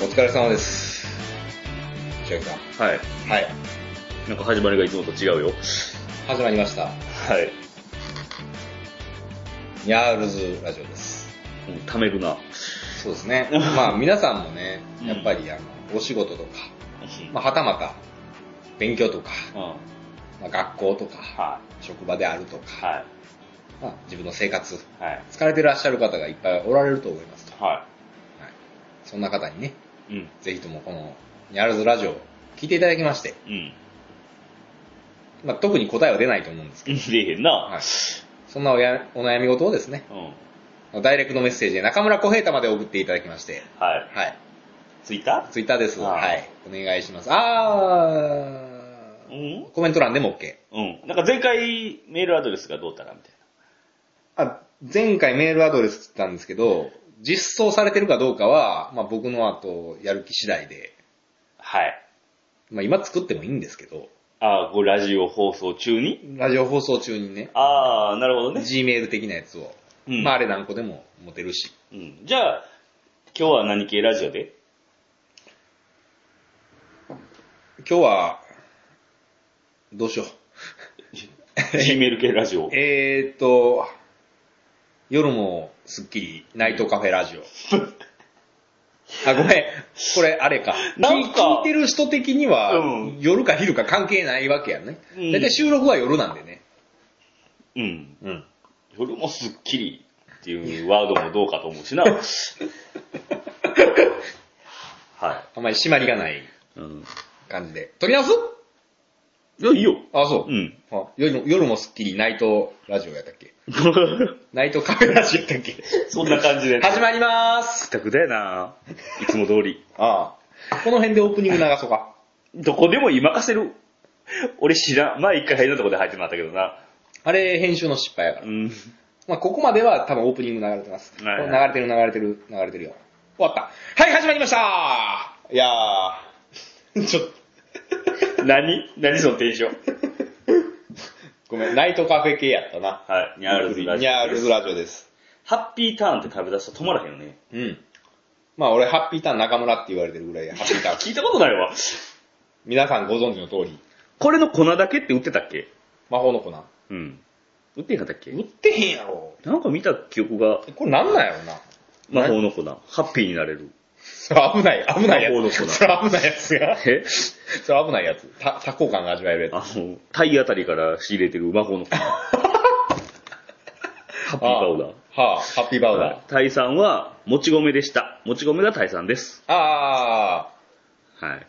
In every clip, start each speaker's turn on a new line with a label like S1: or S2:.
S1: お疲れ様です。翔さん。
S2: はい。
S1: はい。
S2: なんか始まりがいつもと違うよ。
S1: 始まりました。
S2: はい。
S1: ニャールズラジオです。
S2: うんためるな。
S1: そうです ね。まあ皆さんもね、やっぱりあの、お仕事とか、まあはたまた、勉強とか、
S2: うん。は
S1: まあ、学校と
S2: い。
S1: か、
S2: は
S1: 職場であるとか、
S2: い。
S1: まあ自分の生活、
S2: はい。
S1: 疲れてらっしゃる方がいっぱいおられると思いますと。
S2: は
S1: はい、そんな方にね、
S2: い。うん。
S1: ぜひともこのニャールズラジオを聞いていただきまして、
S2: うん。
S1: まあ特に答えは出ないと思うんですけ
S2: 出えへん
S1: ど、は
S2: な。
S1: い、そんなおやお悩み事をですね、
S2: うん。
S1: ダイレクトメッセージで中村小平太まで送っていただきまして、
S2: はい。
S1: はい。
S2: ツイッタ
S1: ツイッターです。
S2: あー
S1: はい。お願いします。あ
S2: ー
S1: ー、
S2: ん
S1: コメント欄でも OK。
S2: うん。なんか前回メールアドレスがどうたらみたい
S1: あ、前回メールアドレスって言ったんですけど、実装されてるかどうかは、まあ僕の後、やる気次第で、
S2: な。はい。
S1: まあ今作ってもいいんですけど、
S2: あーこれラジオ放送中に
S1: ラジオ放送中にね、
S2: ああ、なるほどね。
S1: G メール的なやつを、
S2: うん
S1: まああれ何個でも持てるし、
S2: うん。じゃあ、今日は何系ラジオ で
S1: 今日は、どうしよう。
S2: ?G メール系ラジオ。
S1: えーっと、夜もすっきり、ナイトカフェラジオ。 あ、ごめん。これ、あれか。
S2: なんか
S1: 聞いてる人的には、
S2: うん
S1: 夜か昼か関係ないわけやね。
S2: うん
S1: だいたい収録は夜なんでね。
S2: うん。
S1: うん。
S2: 夜もすっきりっていうワードもどうかと思う しな。は
S1: あんまり締まりがない
S2: い。うん。
S1: 感じで。撮り直す
S2: いや、いいよ。
S1: あ、そうう。
S2: ん。
S1: あ夜も夜もすっきり、ナイトラジオやったっけ ナイトカフェラジオやったっけ
S2: そんな感じで。
S1: 始まりまーす。
S2: たくだよな。いつも通り。
S1: ああ。この辺でオープニング流そうか。
S2: どこでも今任せる。俺知らん。前一回変なとこで入ってもらったけどな。
S1: あれ、編集の失敗やから
S2: う。ん。
S1: まあ、ここまでは多分オープニング流れてます。
S2: はいはい
S1: これ流れてる流れてる流れてるよ。終わった。はい、始まりましたいやー。 ちょっと、
S2: 何何そのテンション。
S1: ごめん、ナイトカフェ系やったな。
S2: はい。ニャールズラジ
S1: ニ
S2: オ。
S1: ャールズラジオです。
S2: ハッピーターンって食べ出したら止まらへんよね。
S1: うん。まあ俺、ハッピーターン中村って言われてるぐらいハッピータ ーン。
S2: 聞いたことないわ。
S1: 皆さんご存知の通り、
S2: これの粉だけって売ってたっけ
S1: 魔法の粉。
S2: うん。売ってへんかったっけ
S1: 売ってへんやろ。
S2: なんか見た記憶が
S1: これなんなんやろな。
S2: 魔法の粉。ハッピーになれる。
S1: それ危ない、危ないや
S2: 魔法の
S1: つ。
S2: 粉
S1: それ危ないやつが。
S2: え
S1: それ危ないやつ。た多幸感が味わえるやつ。
S2: あの、タイあたりから仕入れてる魔法 の粉。ハッピーパウダー。
S1: はあ、ハッピーバウダー。
S2: タイさんは、もち米でした。もち米がタイさんです。
S1: あー。
S2: はい。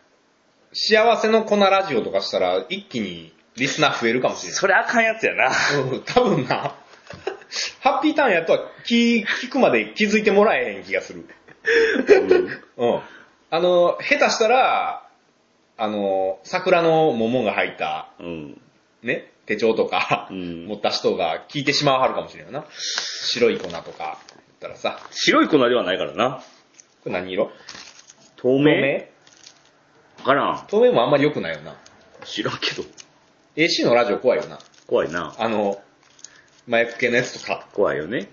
S1: 幸せの粉ラジオとかしたら、一気にリスナー増えるかもしれ
S2: それあかんやつや
S1: な
S2: な。
S1: い。うん、多分な。ハッピーターンやとは聞聞くまで気づいてもらえへん気がする。うん。あの、下手したら、あの、桜の桃が入った、
S2: うん。
S1: ね、手帳とか、
S2: うん
S1: 持った人が聞いてしまわはるかもしれんよな。白い粉とか、言ったらさ、
S2: 白い粉ではないからな。
S1: これ何色
S2: 透
S1: 透
S2: 明
S1: 明
S2: わからん。
S1: 透明もあんまり良くないよな。
S2: 知らんけど。
S1: AC のラジオ怖いよな。
S2: 怖いな。
S1: あの、前付けのやつとか。
S2: 怖いよね。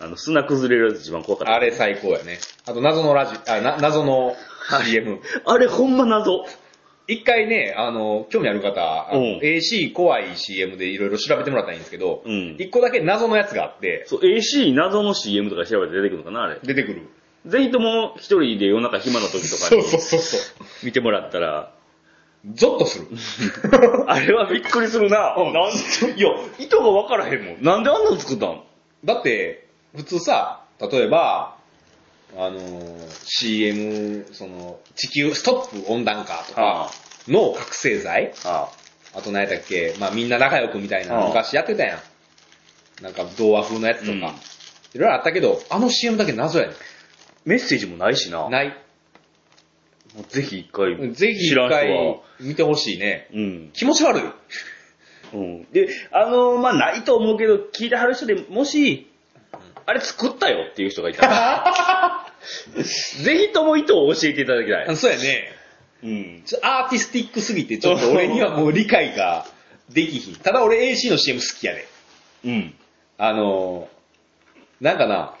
S2: あの、砂崩れるやつ一番怖かった。
S1: あれ最高やね。あと謎のラジ、あ、な、謎の CM。
S2: あれほんま謎。
S1: 一回ね、あの、興味ある方、あの
S2: うん
S1: AC 怖い CM でいろいろ調べてもらったらいいんですけど、
S2: うん
S1: 一個だけ謎のやつがあって、
S2: そう、AC 謎の CM とか調べて出てくるのかな、あれ。
S1: 出てくる。
S2: ぜひとも一人で夜中暇な時とか
S1: そう
S2: に
S1: そうそうそう。
S2: 見てもらったら、
S1: ゾッとする。
S2: あれはびっくりするな。
S1: うん
S2: なんいや、意図がわからへんもん。なんであんなの作ったん
S1: だって、普通さ、例えば、あのー、CM、その、地球ストップ温暖化とか、脳覚醒剤
S2: あ
S1: あと何やったっけ、まあみんな仲良くみたいな
S2: うん
S1: 昔やってたやん。なんか童話風のやつとか、
S2: うん
S1: いろいろあったけど、あの CM だけ謎やね
S2: メッセージもないしな。
S1: ん。ない。
S2: ぜひ一回。
S1: ぜひ一
S2: 知らん人は
S1: 回。見てほしいね。
S2: うん。
S1: 気持ち悪い。
S2: うん。で、あのーまあ、ないと思うけど、聞いてはる人でもし、あれ作ったよっていう人がいたら、 ぜひとも意図を教えていただきた
S1: あ
S2: い。
S1: そうやね。
S2: うん。
S1: ちょアーティスティックすぎて、ちょっと俺にはもう理解ができひん。ただ俺 AC の CM 好きやねん。
S2: うん。
S1: あのー、なんかな、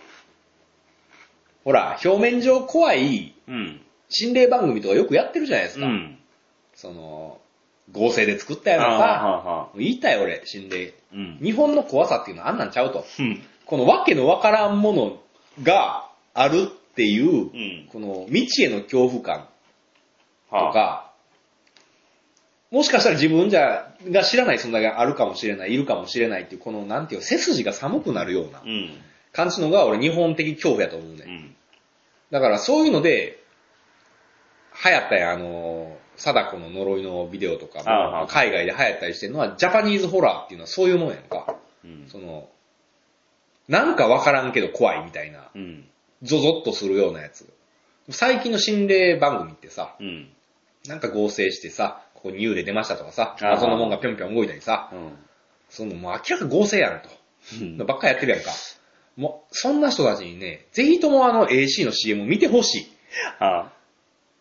S1: ほら、表面上怖い
S2: うん。
S1: 心霊番組とかよくやってるじゃないです
S2: う
S1: か。
S2: ん。
S1: その、合成で作ったや
S2: あ
S1: ろ
S2: あ、は
S1: か。
S2: あ、はあ。
S1: 言いたい俺、心霊。
S2: うん。
S1: 日本の怖さっていうのはあんなんちゃうと。
S2: うん。
S1: このわけのわからんものがあるっていう、
S2: うん
S1: この未知への恐怖感と
S2: はあ。
S1: か、もしかしたら自分じゃ、が知らない存在があるかもしれない、いるかもしれないっていう、このなんていう、背筋が寒くなるような
S2: うん。
S1: 感じのが俺日本的恐怖やと思うね
S2: う。ん。
S1: だからそういうので、流行ったやん、あの、貞子の呪いのビデオとか
S2: ああ
S1: も、海外で流行ったりしてるのは、ジャパニーズホラーっていうのはそういうもんやんか。
S2: うん。
S1: その、なんかわからんけど怖いみたいな、
S2: うん。
S1: ゾゾッとするようなやつ。最近の心霊番組ってさ、
S2: うん。
S1: なんか合成してさ、ここに幽霊出ましたとかさ、
S2: ああ
S1: 謎のもんがぴょんぴょん動いたりさ、そのもう明らかに合成やんと。
S2: うん。
S1: ばっかやってるやんか。もう、そんな人たちにね、ぜひともあの AC の CM 見てほしい。
S2: あ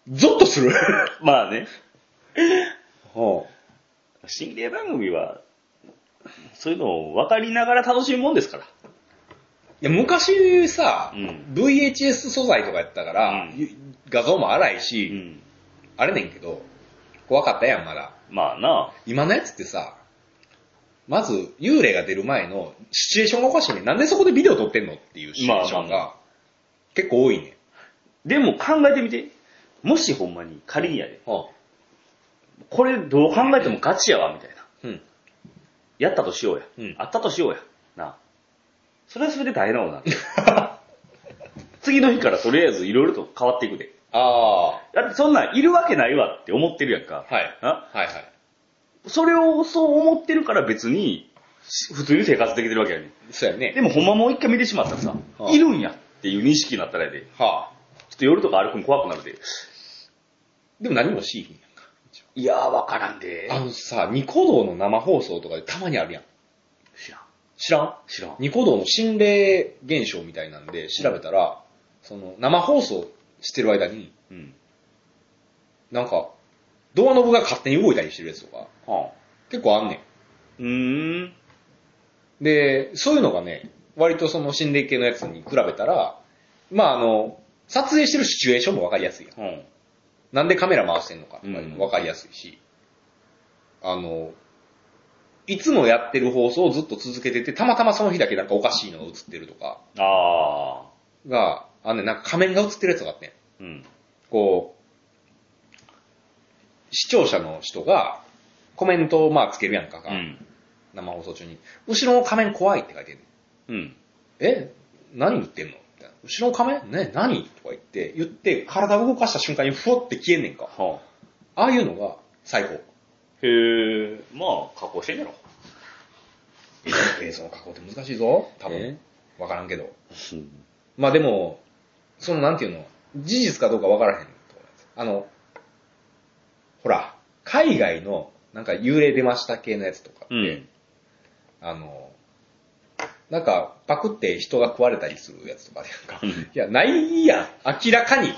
S1: ゾッとする。
S2: あ。まあね。
S1: ほ
S2: 心霊番組は、そういうのを分かりながら楽しむもんですから。
S1: ういや昔さ、
S2: うん
S1: VHS 素材とかやったから、
S2: うん
S1: ゆ画像も荒いうし、
S2: ん。
S1: あれねんけど、怖かったやん、まだ。
S2: まあな。
S1: 今のやつってさ、まず幽霊が出る前のシチュエーションがおかしいねん。なんでそこでビデオ撮ってんのっていうシチュエーション
S2: まあま
S1: が結構多いねん。
S2: でも考えてみて。もしほんまに仮にやで。
S1: は
S2: これどう考えてもガチやわ、みたいな。
S1: うん。
S2: やったとしようや。
S1: うん
S2: あったとしようや。なあ。それはそれで大変なことになる。 次の日からとりあえずいろいろと変わっていくで。
S1: ああ。は
S2: だってそんなんいるわけないわって思ってるやんか。
S1: い。
S2: あ
S1: はいはい。
S2: それをそう思ってるから別に、し普通に生活できてるわけやねん。
S1: そうや
S2: で
S1: ね。
S2: もほんまもう一回見てしまったらさ、
S1: はあ
S2: いるんやっていう認識になったらやで、ちょ
S1: はあ。
S2: っと夜とか歩くの怖くなるで。
S1: でも何もしいひんやんか。
S2: いやーわからんで
S1: あのさ、ニコ動の生放送とかでたまにあるやん。
S2: 知らん。
S1: 知らん
S2: 知らん。
S1: ニコ動の心霊現象みたいなんで調べたら、その生放送してる間に、
S2: うん。
S1: なんか、ドアノブが勝手に動いたりしてるやつとか、
S2: はあ。
S1: 結構あんね
S2: うーん。
S1: ん。で、そういうのがね、割とその心霊系のやつに比べたら、まああの、撮影してるシチュエーションもわかりやすいやん。
S2: うん。
S1: なんでカメラ回してんのかとかにもわかりやすいし、あの、いつもやってる放送をずっと続けてて、たまたまその日だけなんかおかしいのが映ってるとか
S2: あ
S1: が、あのね、なんか仮面が映ってるやつがあってん
S2: ー。うん。
S1: こう、視聴者の人がコメントをまあつけるやんか
S2: う
S1: が、
S2: ん。
S1: 生放送中に、後ろの仮面怖いって書いてる。
S2: うん。
S1: え何言ってんのみたいな。後ろの仮面ね何とか言って、言って体を動かした瞬間にふわって消えんねんか。
S2: はあ。
S1: ああいうのが最 高。
S2: へえ。まあ、加工してんやろ。
S1: 映像の加工って難しいぞ。多
S2: え
S1: 分。わからんけど。まあでも、そのなんていうの、事実かどうかわからへんと思います。あの、ほら、海外のなんか幽霊出ました系のやつとかって、
S2: うん。
S1: あの、なんかパクって人が食われたりするやつとかでなんか、
S2: うん
S1: いや、ないやん。明らかに。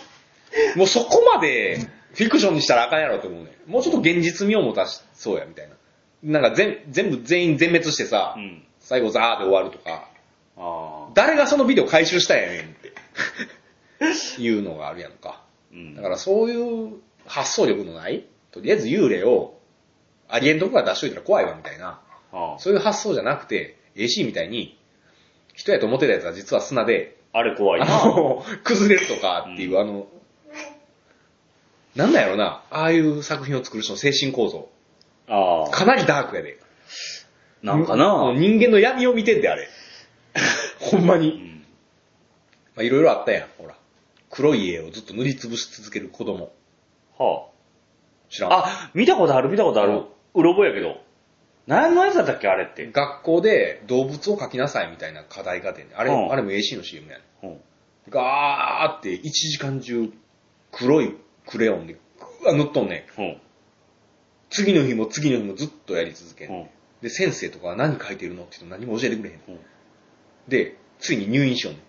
S1: もうそこまでフィクションにしたらあかんやろと思うねん。もうちょっと現実味を持たしそうや、みたいな。なんか全全部、全員全滅してさ、
S2: うん。
S1: 最後ザーで終わるとか、
S2: ああ。
S1: 誰がそのビデオ回収したんやねんって、 いうのがあるやんか。
S2: うん。
S1: だからそういう発想力のない、とりあえず幽霊をありえんとこから出しといたら怖いわみたいな、
S2: ああ
S1: そういう発想じゃなくて、AC みたいに、人やと思ってたやつは実は砂で、
S2: あれ怖い
S1: あ
S2: な。
S1: の、 崩れるとかっていう、
S2: うん
S1: あの、なんなんやろな、ああいう作品を作る人の精神構造、
S2: ああ。
S1: かなりダークやで。
S2: なんか
S1: もう
S2: な。
S1: 人間の闇を見てんで、あ れ。ほんま
S2: う
S1: に。
S2: ん。
S1: まあ、いろいろあったやん、ほら。黒い絵をずっと塗りつぶし続ける子供。
S2: は
S1: 知らん。
S2: あ。あ、見たことある、見たことあ
S1: う
S2: る
S1: ん。
S2: うろ覚えやけど。何のやつだったっけ、あれって。
S1: 学校で動物を描きなさいみたいな課題が出んねんあれ、
S2: うん
S1: あれも AC の CM やね
S2: うん。
S1: ん。ガーって1時間中黒いクレヨンでぐわ塗っとんねん。
S2: うん。
S1: 次の日も次の日もずっとやり続けん
S2: う
S1: ねん、
S2: ん。
S1: で、先生とかは何描いてるのって言うと何も教えてくれへんねん。
S2: うん
S1: で、ついに入院しよんね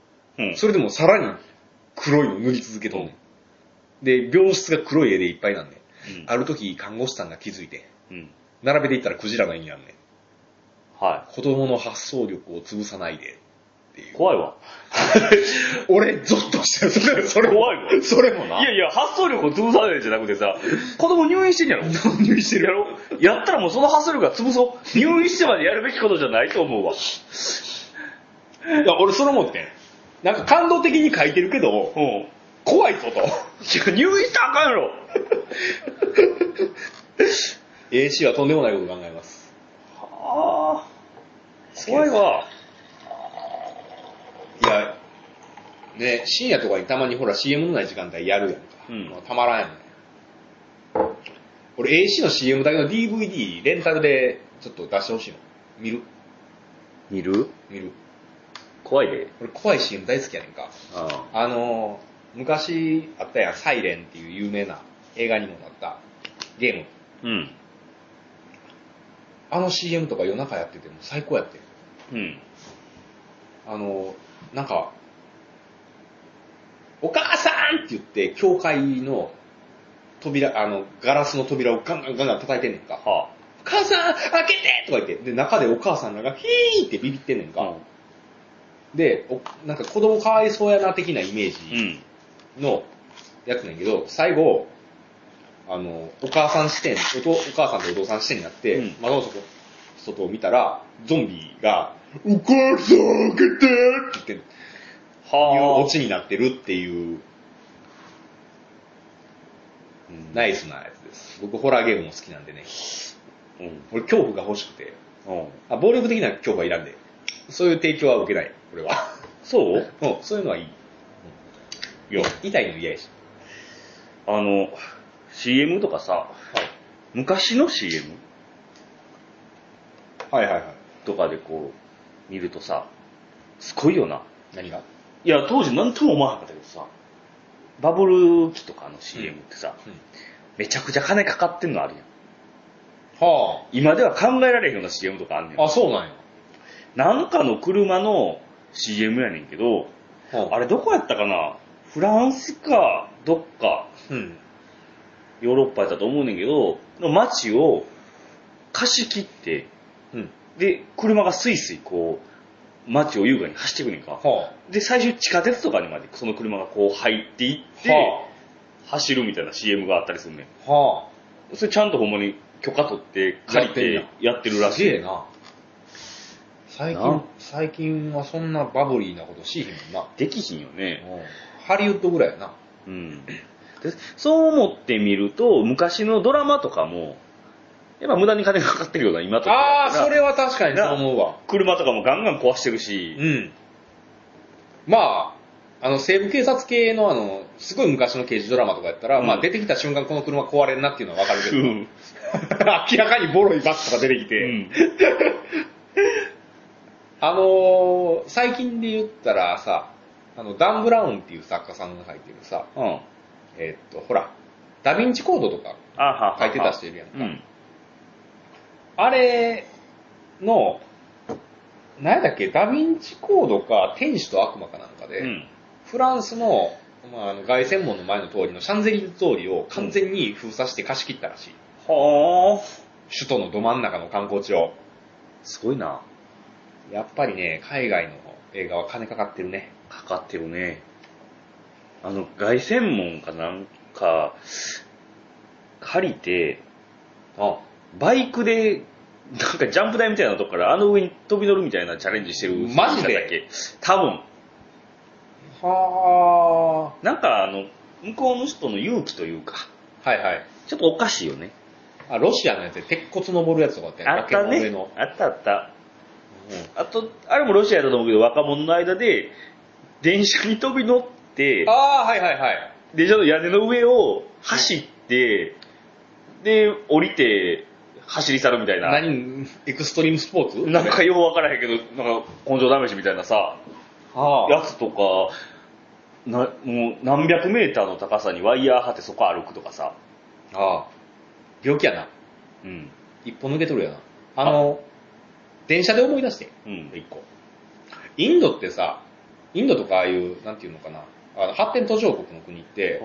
S1: ん。
S2: うん。
S1: それでもさらに黒いの塗り続けとんねん。で、病室が黒い絵でいっぱいなんねん。ある時看護師さんが気づいて、
S2: うん。
S1: 並べていったらクジラがいいんやんねん。
S2: は
S1: 子供の発想力を潰さないでっっていう。
S2: 怖いわ。
S1: 俺、ゾッとしたよ。それ、それも
S2: 怖いわ
S1: それもな。
S2: いやいや、発想力を潰さないじゃなくて さ、子供入院してんやろ。入院してるやろ。やったらもうその発想力が潰そう。入院してまでやるべきことじゃないと思うわ。
S1: いや、俺それ思ってん。なんか感動的に書いてるけど、
S2: うん。い
S1: 怖いぞと。
S2: や、入院したらあかん やろ。
S1: AC はとんでもないこと考えます。
S2: ああ。怖いわ。
S1: いや、ね、深夜とかにたまにほら CM のない時間帯やるやんか。
S2: うん
S1: まあたまらんやん。俺 AC の CM だけの DVD レンタルでちょっと出してほしいの。見る
S2: 見る
S1: 見る。
S2: 怖いで。
S1: 俺怖い CM 大好きやねんか。
S2: あ
S1: あのー、昔あったやん、サイレンっていう有名な映画にもなったゲーム。
S2: うん。
S1: あの CM とか夜中やってても最高やってん。
S2: うん。
S1: あの、なんか、お母さんって言って、教会の扉、あの、ガラスの扉をガンガンガンガン叩いてんねんか。
S2: は
S1: お母さん開けてとか言って、で、中でお母さんらがヒーってビビってんねん
S2: あ。
S1: か。で、おなんか子供かわいそうやな的なイメー
S2: う
S1: ジ
S2: ん。
S1: のやつなんやけど、最後、あの、お母さん視点、おとお母さんとお父さん視点になって、
S2: うん
S1: 窓の外外を見たら、ゾンビが、お母さん開けてって言っていう
S2: は
S1: オチになってるっていう、うんナイスなやつです。僕、ホラーゲームも好きなんでね。
S2: あ。うん。
S1: 俺、恐怖が欲しくて。
S2: うん。
S1: あ、暴力的な恐怖はいらんで。そういう提供は受けない、俺は。
S2: そう
S1: うん、そういうのはいい。うんよ、痛いの嫌やし。
S2: あの、CM とかさ、昔の CM
S1: はい。はいはいはい。
S2: とかでこう、見るとさ、すごいよな。
S1: 何が
S2: いや、当時なんとも思わなかったけどさ、バブル期とかの CM ってさ、
S1: うん
S2: めちゃくちゃ金かかってんのあるやん。
S1: は
S2: 今では考えられへんような CM とかあんねん
S1: あ。。あ、そうなんや。
S2: なんかの車の CM やねんけど、
S1: は
S2: あれどこやったかなフランスか、どっか、
S1: うん。
S2: ヨーロッパやったと思うねんけど、の街を貸し切って、
S1: うん。
S2: で、車がスイスイこう、街を優雅に走っていくねんか。
S1: は
S2: で、最終地下鉄とかにまでその車がこう入っていっ
S1: あ。
S2: て、走るみたいな CM があったりするねん。
S1: あ。は
S2: それちゃんとほんまに許可取って借りてやってる
S1: あ。
S2: ら
S1: す
S2: しい。
S1: げえな。最
S2: な
S1: 近、最近はそんなバブリーなことしいへんもんな。
S2: できひんよね。
S1: ハリウッドぐらいやな。
S2: うん。でそう思ってみると、昔のドラマとかも、やっぱ無駄に金がかかってるような今とかや
S1: ああ、
S2: ったら
S1: それは確かにそう思うわ。
S2: 車とかもガンガン壊してるし、
S1: うん。まあ、あの、西部警察系のあの、すごい昔の刑事ドラマとかやったら、
S2: うん
S1: まあ出てきた瞬間この車壊れんなっていうのはわかるけ
S2: う
S1: ど、
S2: ん。
S1: 明らかにボロいバスとか出てきて、
S2: うん
S1: あのー最近で言ったらさ、あの、ダン・ブラウンっていう作家さんが書いてるさ、
S2: うん。
S1: えーっと、ほら、ダヴィンチコードとか
S2: あははは
S1: 書いてた人いるやんか。
S2: うん。
S1: あれの、何やったっけ、ダヴィンチコードか、天使と悪魔かなんかで、
S2: うん。
S1: フランスの、まあ、あの凱旋門の前の通りのシャンゼリゼ通りを完全に封鎖して貸し切ったらしい。
S2: はあ。
S1: 首都のど真ん中の観光地を。
S2: すごいな。
S1: やっぱりね、海外の映画は金かかってるね。
S2: かかってるね。あの、凱旋門かなんか、借りて、
S1: あ
S2: バイクで、なんかジャンプ台みたいなとこから、あの上に飛び乗るみたいなチャレンジしてる。
S1: マジで
S2: だっけ多分。
S1: は
S2: なんかあの、向こうの人の勇気というか、
S1: あ。はいはい。
S2: ちょっとおかしいよね。
S1: あ、ロシアのやつで鉄骨登るやつとかって
S2: あった
S1: 崖
S2: ね
S1: の。
S2: あったあった。
S1: 上の。
S2: あと、あれもロシアだと思うけど、若者の間で、電車に飛び乗って、
S1: ああ、はいはいはい。
S2: 電車の屋根の上を走って、で、降りて、走り去るみたいな。
S1: 何、エクストリームスポーツ
S2: なんかようわからへんけど、なんか根性試しみたいなさ、
S1: はあ。
S2: やつとか、なもう何百メーターの高さにワイヤー張ってそこ歩くとかさ、
S1: ああ。病気やな。
S2: うん。
S1: 一歩抜けとるやな。あの、電車で思い出して。
S2: うん。
S1: 一個。インドってさ、インドとかああいう、なんていうのかな、あの発展途上国の国って、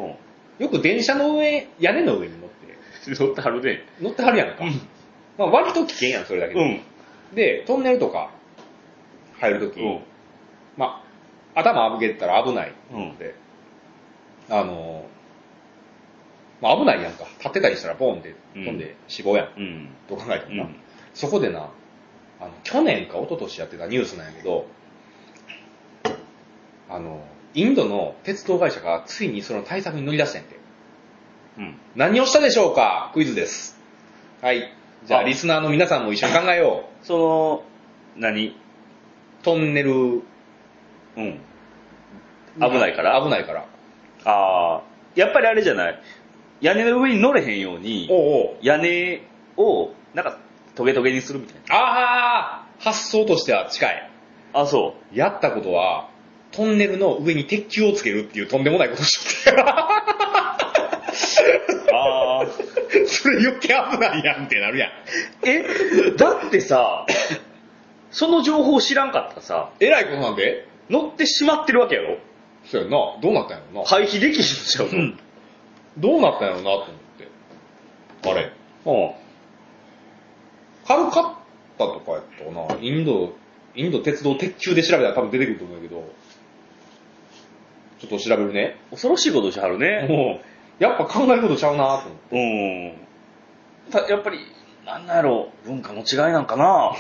S1: よく電車の上、屋根の上に乗って、
S2: 乗ってはるね。
S1: 乗ってはるやんか。まあ割と危険やん、それだけ
S2: う
S1: で。
S2: ん。
S1: で、トンネルとか入るとき、
S2: うん。
S1: まあ、頭あぶけたら危ない
S2: うん
S1: ので、あの、まあ、危ないやんか。立ってたりしたらボーンって飛んで死亡やん。
S2: うん。
S1: どう考えて
S2: う
S1: もな。
S2: ん。
S1: そこでな、あの、去年か一昨年やってたニュースなんやけど、あの、インドの鉄道会社がついにその対策に乗り出してんて。
S2: うん。
S1: 何をしたでしょうかクイズです。はい。じゃあ、
S2: あ
S1: リスナーの皆さんも一緒に考えよう。
S2: その、何
S1: トンネル、
S2: うん。危ないから
S1: 危ないから。
S2: ああ、やっぱりあれじゃない。屋根の上に乗れへんように、
S1: おうおう。
S2: 屋根を、なんか、トゲトゲにするみたい
S1: ああ発想としては近い。
S2: な。あ、そ
S1: やったことは、トンネルの上に鉄球をつけるっていうとんでもないことしちゃったよ
S2: う。ああ。
S1: それ余計危ないやんってなるやん。
S2: え、だって さ、その情報知らんかったらさ、
S1: えらいことなんで
S2: 乗ってしまってるわけやろ
S1: そうやんな。どうなったんやろな。
S2: 回避できんのちゃうの、
S1: うんどうなったんやろなと思って。あれ。
S2: うん
S1: 軽かったとかやったかな。インド、インド鉄道鉄球で調べたら多分出てくると思うんだけど、ちょっと調べるね。
S2: 恐ろしいことしはるね。
S1: もう、やっぱ考えることちゃうなと思っ て。
S2: うん。たやっぱり、なんなんやろ、文化の違いなんかな。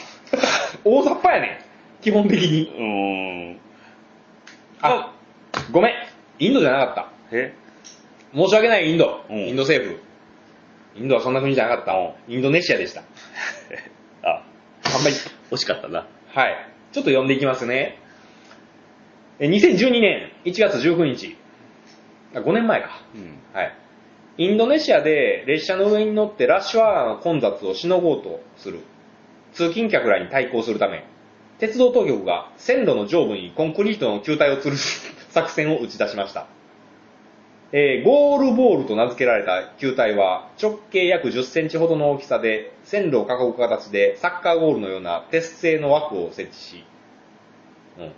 S1: 大雑把やねん。基本的
S2: う
S1: に。
S2: ん。
S1: あ、ごめん。インドじゃなかった。
S2: え
S1: 申し訳ない、インド。
S2: うん
S1: インド政府。インドはそんな国じゃなかった。インドネシアでした。あ
S2: あ、
S1: んまり。
S2: 惜しかったな。
S1: はい。ちょっと読んでいきますね。え2012年1月19日。あ5年前か。
S2: うん。
S1: はい。インドネシアで列車の上に乗ってラッシュアワーの混雑をしのごうとする。通勤客らに対抗するため、鉄道当局が線路の上部にコンクリートの球体を吊るす 作戦を打ち出しました。えーゴールボールと名付けられた球体は直径約10センチほどの大きさで線路を囲う形でサッカーゴールのような鉄製の枠を設置し、うん、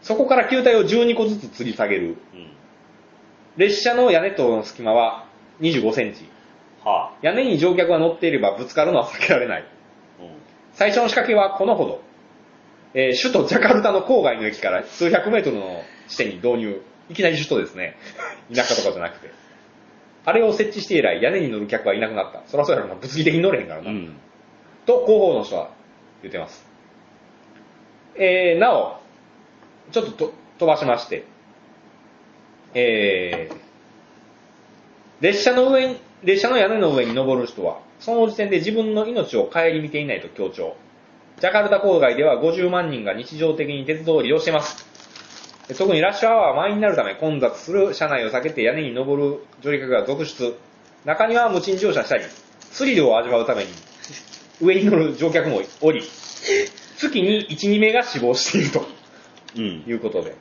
S1: そこから球体を12個ずつ吊り下げる
S2: うん。うん。
S1: 列車の屋根との隙間は25センチ。
S2: は
S1: 屋根に乗客が乗っていればぶつかるのは避けられない。
S2: あ。うん。
S1: 最初の仕掛けはこのほど。えー首都ジャカルタの郊外の駅から数百メートルの地点に導入。いきなり首都ですね。 田舎とかじゃなくて。あれを設置して以来、屋根に乗る客はいなくなった。そらそうやろな。物理的に乗れへんからな。
S2: うん。
S1: と広報の人は言ってます。えー、なお、ちょっとと飛ばしまして、えー、列車の上に、列車の屋根の上に登る人は、その時点で自分の命を顧みていないと強調。ジャカルタ郊外では50万人が日常的に鉄道を利用しています。特にラッシュアワーは満員になるため混雑する車内を避けて屋根に登る乗客が続出。中には無賃乗車したり、スリルを味わうために上に乗る乗客もおり、月に1、2名が死亡していると
S2: うん。
S1: いうことで、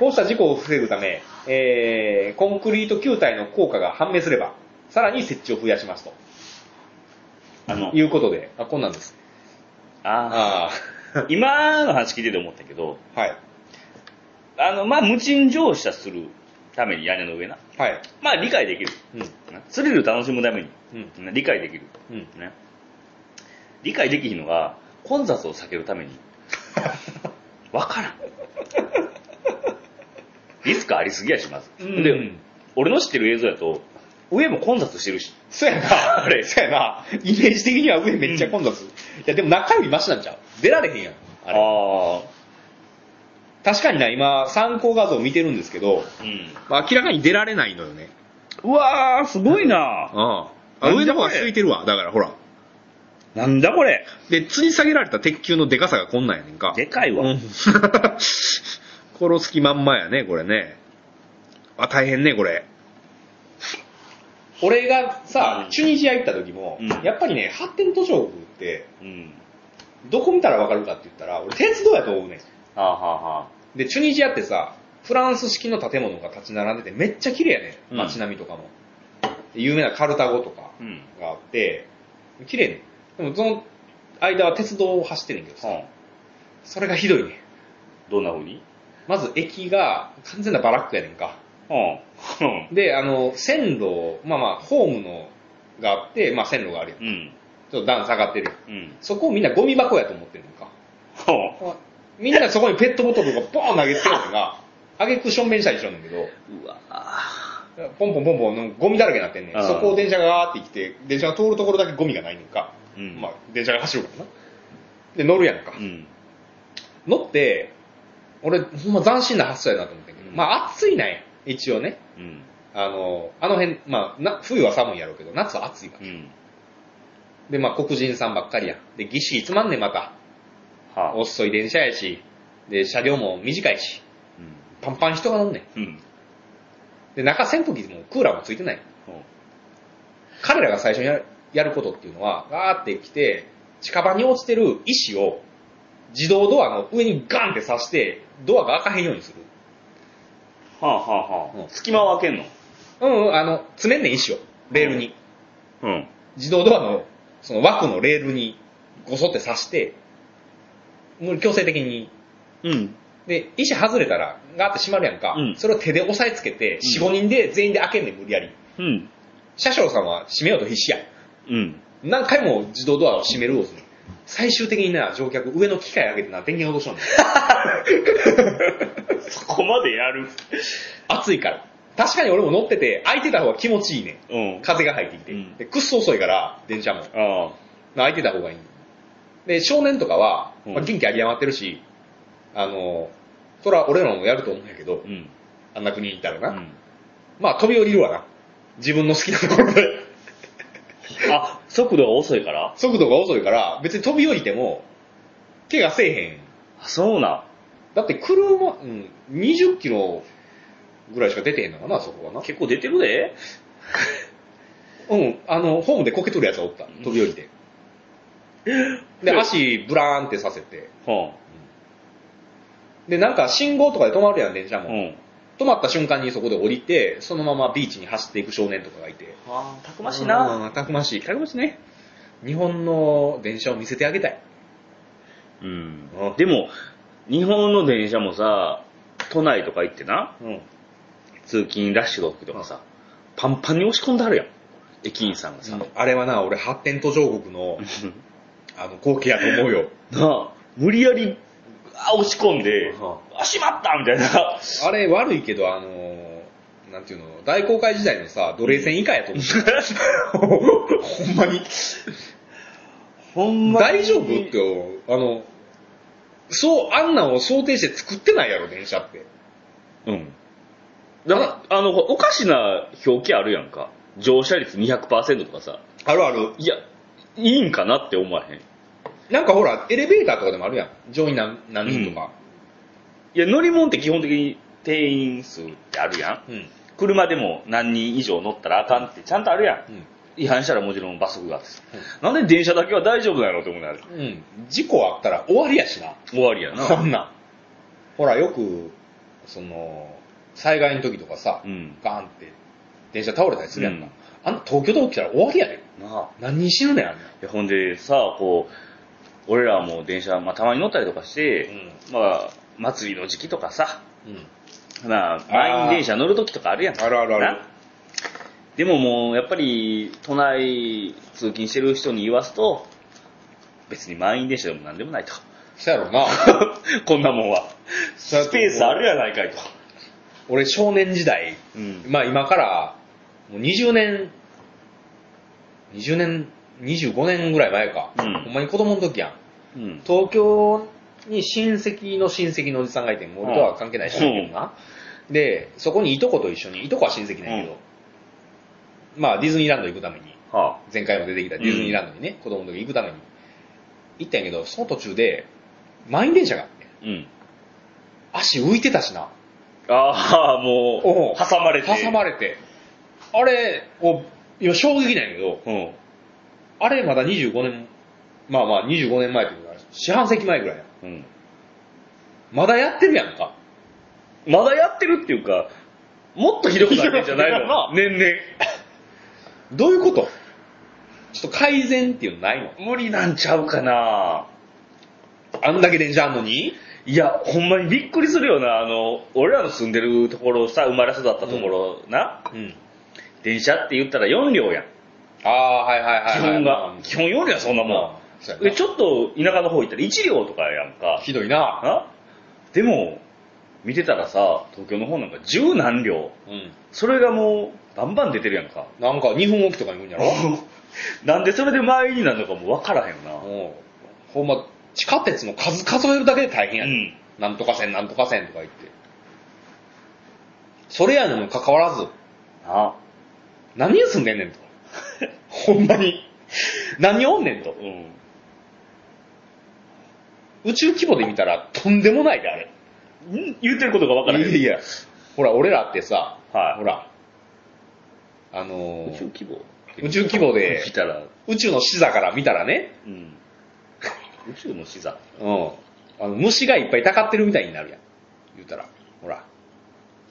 S1: こうした事故を防ぐため、えーコンクリート球体の効果が判明すれば、さらに設置を増やしますと
S2: あの、
S1: いうことで、あ、こんなんです。
S2: あ
S1: あ
S2: あ。今の話聞いてて思ったけど、
S1: あ、 はい。
S2: あの、まあ、無賃乗車するために屋根の上な。
S1: はい。
S2: まあ、理解できる。
S1: うん。
S2: なスリル楽しむために。
S1: うん。
S2: な理解できる。
S1: うん。
S2: ね。理解できひんのが、混雑を避けるため に。わからん。リスクありすぎやします。
S1: うん
S2: で、俺の知ってる映像やと、上も混雑してるし。
S1: そやな、
S2: あれ
S1: そやな、イメージ的には上めっちゃ混雑。いや、でも中よりマシなんちゃう出られへんやん。あれ。
S2: あ
S1: 確かにな、今、参考画像見てるんですけど、
S2: ー。うん。
S1: まあ明らかに出られないのよね。
S2: うわー、すごいな
S1: あ
S2: あ
S1: 上
S2: 上
S1: の
S2: の
S1: 方
S2: 方
S1: が空
S2: が空
S1: い
S2: い
S1: てるわ。だからほら。
S2: なんだこれ。
S1: で、吊り下げられた鉄球のデカさがこんなんやねんか。
S2: でかいわ。
S1: うん 殺す気まんまやね、これね。あ、大変ね、これ。俺がさ
S2: う、ん
S1: チュニジア行った時も、
S2: うん
S1: やっぱりね、発展途上国って、
S2: うん。
S1: どこ見たらわかるかって言ったら、俺鉄道やと思うねん。
S2: はあはあはあ。
S1: で、チュニジアってさ、フランス式の建物が立ち並んでて、めっちゃ綺麗やね。
S2: うんん
S1: 街並みとかも。で有名なカルタゴとか
S2: うん。
S1: があって、綺麗ねん。でもその間は鉄道を走ってるんけどさ、
S2: は
S1: それがひどいねん。
S2: あ、どんな風に
S1: まず駅が完全なバラックやねんか。
S2: はあ。
S1: で、あの、線路、まあまあ、ホームのがあって、まあ線路があるやん。ち
S2: うん。
S1: ょっと段下がってるやん。
S2: うん。
S1: そこをみんなゴミ箱やと思ってるのか。
S2: は
S1: あみんなそこにペットボトルとかボーン投げてるのが、あげくしょんべんしたりしょんねんけど、
S2: うわ
S1: ポンポンポンポン、ゴミだらけになってんね
S2: あ
S1: ん。
S2: ー
S1: そこを電車がガーって来て、電車が通るところだけゴミがないねんか。
S2: うん
S1: まあ、電車が走るからな。で、乗るやんか。
S2: うん。
S1: 乗って、俺、ほんま斬新な発想やなと思ってんけど、
S2: うん
S1: まあ暑いなんや。一応ね。
S2: うん。
S1: あの、あの辺、まあ、な冬は寒いやろうけど、夏は暑いから。
S2: うん。
S1: で、まあ黒人さんばっかりやん。で、ぎっしりつまんねん、また。
S2: はあ。
S1: 遅い電車やし、で、車両も短いし、
S2: うん。
S1: パンパン人が乗んねん。
S2: うん。
S1: で、中扇風機もクーラーもついてない。
S2: ほ
S1: 彼らが最初にやるやることっていうのは、ガーって来て、近場に落ちてる石を自動ドアの上にガンって刺して、ドアが開かへんようにする。
S2: うはあはあはあ、
S1: うん
S2: 隙間を開けんの
S1: うんうん、あの、詰めんねん、石を。レールに。
S2: うん。
S1: 自動ドアの、その枠のレールにごそって刺して、もう強制的に。
S2: うん。
S1: で、石外れたら、ガーって閉まるやんか。
S2: うん
S1: それを手で押さえつけて、4、5人で全員で開けんねん、無理やり。
S2: うん。
S1: 車掌さんは閉めようと必死や。
S2: うん。
S1: 何回も自動ドアを閉めるをする。最終的にな、乗客、上の機械上げてな、電源落としとん
S2: そこまでやる。
S1: の。暑いから。確かに俺も乗ってて、開いてた方が気持ちいいね
S2: うん
S1: ん。。風が入ってきて。
S2: うん
S1: で、くっそ遅いから、電車も。
S2: ああ。
S1: 開いてた方がいい。で、少年とかは、
S2: うん
S1: まあ、元気あり余ってるし、あの、そら俺らもやると思うんやけど
S2: う、ん。
S1: あんな国にいたら
S2: う
S1: な。
S2: ん。
S1: まあ飛び降りるわな。自分の好きなところで。
S2: あ、速度が遅いから
S1: 速度が遅いから、別に飛び降りても、怪我せえへん。
S2: あそうな
S1: だって車、うん、20キロぐらいしか出てへんのかな、そこは
S2: ん。
S1: な。
S2: 結構出てるで。
S1: うん、あの、ホームでこけとるやつはおった。飛び降りて。で、足ブラーンってさせて。
S2: は
S1: で、なんか信号とかで止まるやん、電車
S2: あ。
S1: も。
S2: うん。
S1: 止まった瞬間にそこで降りて、そのままビーチに走っていく少年とかがいて。
S2: ああ、たくましい
S1: うん
S2: な。
S1: うんたくましい。たくましいね。日本の電車を見せてあげたい。
S2: うん
S1: うん
S2: でも、日本の電車もさ、都内とか行ってな、
S1: うん。
S2: 通勤ラッシュの時とかさ、パンパンに押し込んであるやん。駅員さんがさ。
S1: あれはな、俺発展途上国の、あの、光景やと思うよ。
S2: なあ、無理やり、あ押し込んで
S1: うん、
S2: あ、閉まったみたいな。
S1: あれ悪いけど、あのーなんていうの、大航海時代のさ、奴隷船以下やと思う。ほんまに。
S2: ほんまに
S1: 大丈夫って思う、あの、そう、あんなんを想定して作ってないやろ、電車って。
S2: うん。だから、あの、おかしな表記あるやんか。乗車率200%とかさ。
S1: あるある。
S2: いや、いいんかなって思わへん。い
S1: なんかほら、エレベーターとかでもあるやん。上位何何人とか。
S2: や、乗り物って基本的に定員数ってあるやん。
S1: うん。
S2: 車でも何人以上乗ったらあかんってちゃんとあるやん。
S1: うん。
S2: 違反したらもちろん罰則があってさ。なんで電車だけは大丈夫なのって思うねんあれ。
S1: うん。事故あったら終わりやしな。
S2: 終わりや
S1: そ
S2: な。
S1: んなん。ほら、よく、その、災害の時とかさ、
S2: うん。
S1: ガーンって、電車倒れたりするやんか。
S2: うん
S1: あんな東京ドーム来たら終わりやで。
S2: なあ。
S1: 何人死ぬねん、あんな。
S2: いやほんでさ、こう、俺らも電車、まあ、たまに乗ったりとかして、まあ、祭りの時期とかさ、
S1: うん。うん。
S2: まあ、満員電車乗るときとかあるやん。
S1: あるあるある
S2: な。でももう、やっぱり、都内通勤してる人に言わすと、別に満員電車でも何でもないと。
S1: そやろな。
S2: こんなもんは。
S1: そうや
S2: ス
S1: と思う
S2: ペースあるやないかいと。
S1: 俺、少年時代、
S2: うん。
S1: まあ今から、もう20年、20年、25年ぐらい前か。
S2: うん
S1: ほんまに子供の時やん。
S2: うん。
S1: 東京に親戚の親戚のおじさんがいて、もう俺とは関係ない人だけどな。で、そこにいとこと一緒に、いとこは親戚なんやけど、まあディズニーランド行くために、
S2: は
S1: 前回も出てきたディズニーランドにね、子供の時行くために行ったんやけど、その途中で、満員電車があって、
S2: あ。うん。
S1: 足浮いてたしな、
S2: ああ、も
S1: おう
S2: う、挟まれて。
S1: 挟まれて、あれ、お今衝撃なんやけど、
S2: うん。
S1: あれまだ25年、まあまあ25年前ってことだから、四半世紀前ぐらいやん
S2: うん。
S1: まだやってるやんか。
S2: まだやってるっていうか、もっとひどくなってんじ ゃない
S1: ひどくな
S2: の年
S1: どういうことちょっと改善っていうのないの
S2: 々。無理なんちゃうかな
S1: あんだけ電車あんのに
S2: いや、ほんまにびっくりするよな。あの、俺らの住んでるところさ、生まれ育ったところな、
S1: うん。
S2: 電車って言ったら4両やん。
S1: ああ、はいはいはい、はい。
S2: 基本が。基本4両や、そんなもん。
S1: そうや
S2: で
S1: な
S2: ちょっと田舎の方行ったら1両とかやんか。
S1: ひどいな。
S2: なでも、見てたらさ、東京の方なんか十何両。
S1: うん。
S2: それがもう、バンバン出てるやんか。
S1: なんか、日本置きとかに行くんやろ
S2: なんでそれで前になるのかも分からへんな。
S1: もう、ほんま、地下鉄の数数えるだけで大変や
S2: う
S1: ね、
S2: ん。
S1: ん。なんとか線、なんとか線とか言って。それやのにもかかわらず、
S2: あ。
S1: 何人住んでんねんと。 ほんまに。何おんねんと。
S2: うん。
S1: 宇宙規模で見たらとんでもないで、あれ。
S2: ん言ってることが分からへん。
S1: いやいや、ほら、俺らってさ、
S2: はい。
S1: ほら、あのー
S2: 宇宙規模
S1: 宇宙規模で
S2: 来たら、
S1: 宇宙の視座から見たらね、
S2: うん。宇宙の視座。
S1: うん。あの、虫がいっぱいたかってるみたいになるやん。言うたら。ほら。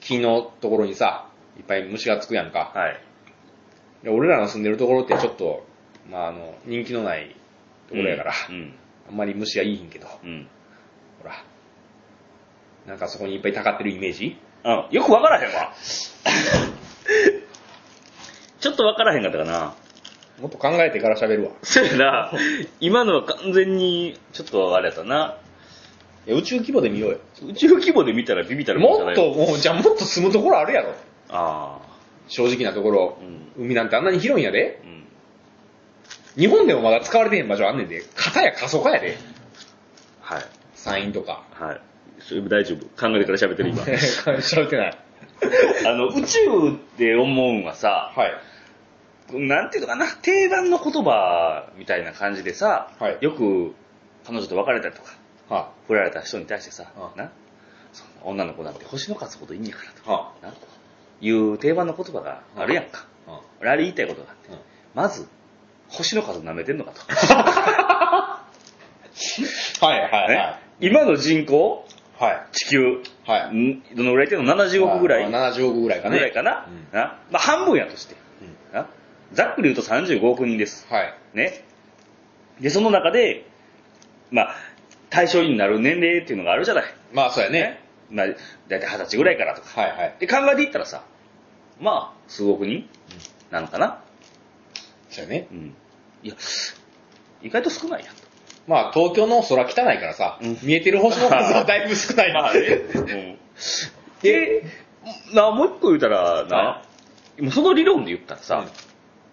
S1: 木のところにさ、いっぱい虫がつくやんか。
S2: はい。
S1: で俺らの住んでるところってちょっと、まああの、人気のないところやから、
S2: うん。
S1: あんまり虫はいいひんけど、ほ
S2: うん。
S1: ら。なんかそこにいっぱいたかってるイメージ
S2: うん。よく分からへんわ。 ちょっと分からへんかったかな。
S1: もっと考えてから喋るわ。
S2: そうやな。 今のは完全に、ちょっとあれやったな。
S1: いや、宇宙規模で見ようよ。
S2: 宇宙規模で見たらビビったら
S1: もっ
S2: も
S1: と、もうじゃあもっと住むところあるやろ。
S2: あ
S1: 正直なところ
S2: あ。う。ん。
S1: 海なんてあんなに広いんやで。
S2: うん。
S1: 日本でもまだ使われてへん場所あんねんで。片や過疎化やで。
S2: はい。
S1: 山陰とか。
S2: はい。それも大丈夫。考えてから喋ってる 今。
S1: 喋ってない。
S2: あの、宇宙って思うんはさ、
S1: はい。
S2: なんていうのかな、定番の言葉みたいな感じでさ、
S1: はい
S2: よく彼女と別れたりとか、
S1: は
S2: 振られた人に対してさ、
S1: あ
S2: な、そんな女の子なんて星の数ほどいいんやからと
S1: あ、は
S2: か、な、いう定番の言葉があるやんか。
S1: あ、は
S2: 俺あれ言いたいことがあって、
S1: うん
S2: まず、星の数舐めてんのかと。
S1: あ。はいはいは
S2: ね今の人口、
S1: い。はい。
S2: 地球、
S1: はい。
S2: んどのぐらいっていうの ?70 億ぐらい
S1: まあ70億ぐらいかね。
S2: ぐらいかな、
S1: うん
S2: なまあ半分やとして、なざっくり言うと35億人です。
S1: はい。
S2: ね。で、その中で、まあ、対象になる年齢っていうのがあるじゃない。
S1: まあそうやね。
S2: まあ、だいたい二十歳ぐらいからとか。
S1: はいはい。
S2: で、考えていったらさ、まあ、数億人なのかな。
S1: そうやね。
S2: うん。いや、意外と少ないやん。
S1: まあ東京の空汚いからさ、
S2: うん
S1: 見えてる星 の数はだいぶ少ない。
S2: まあね。うんで、な、もう一個言うたら、な
S1: は、
S2: 今その理論で言ったら
S1: さ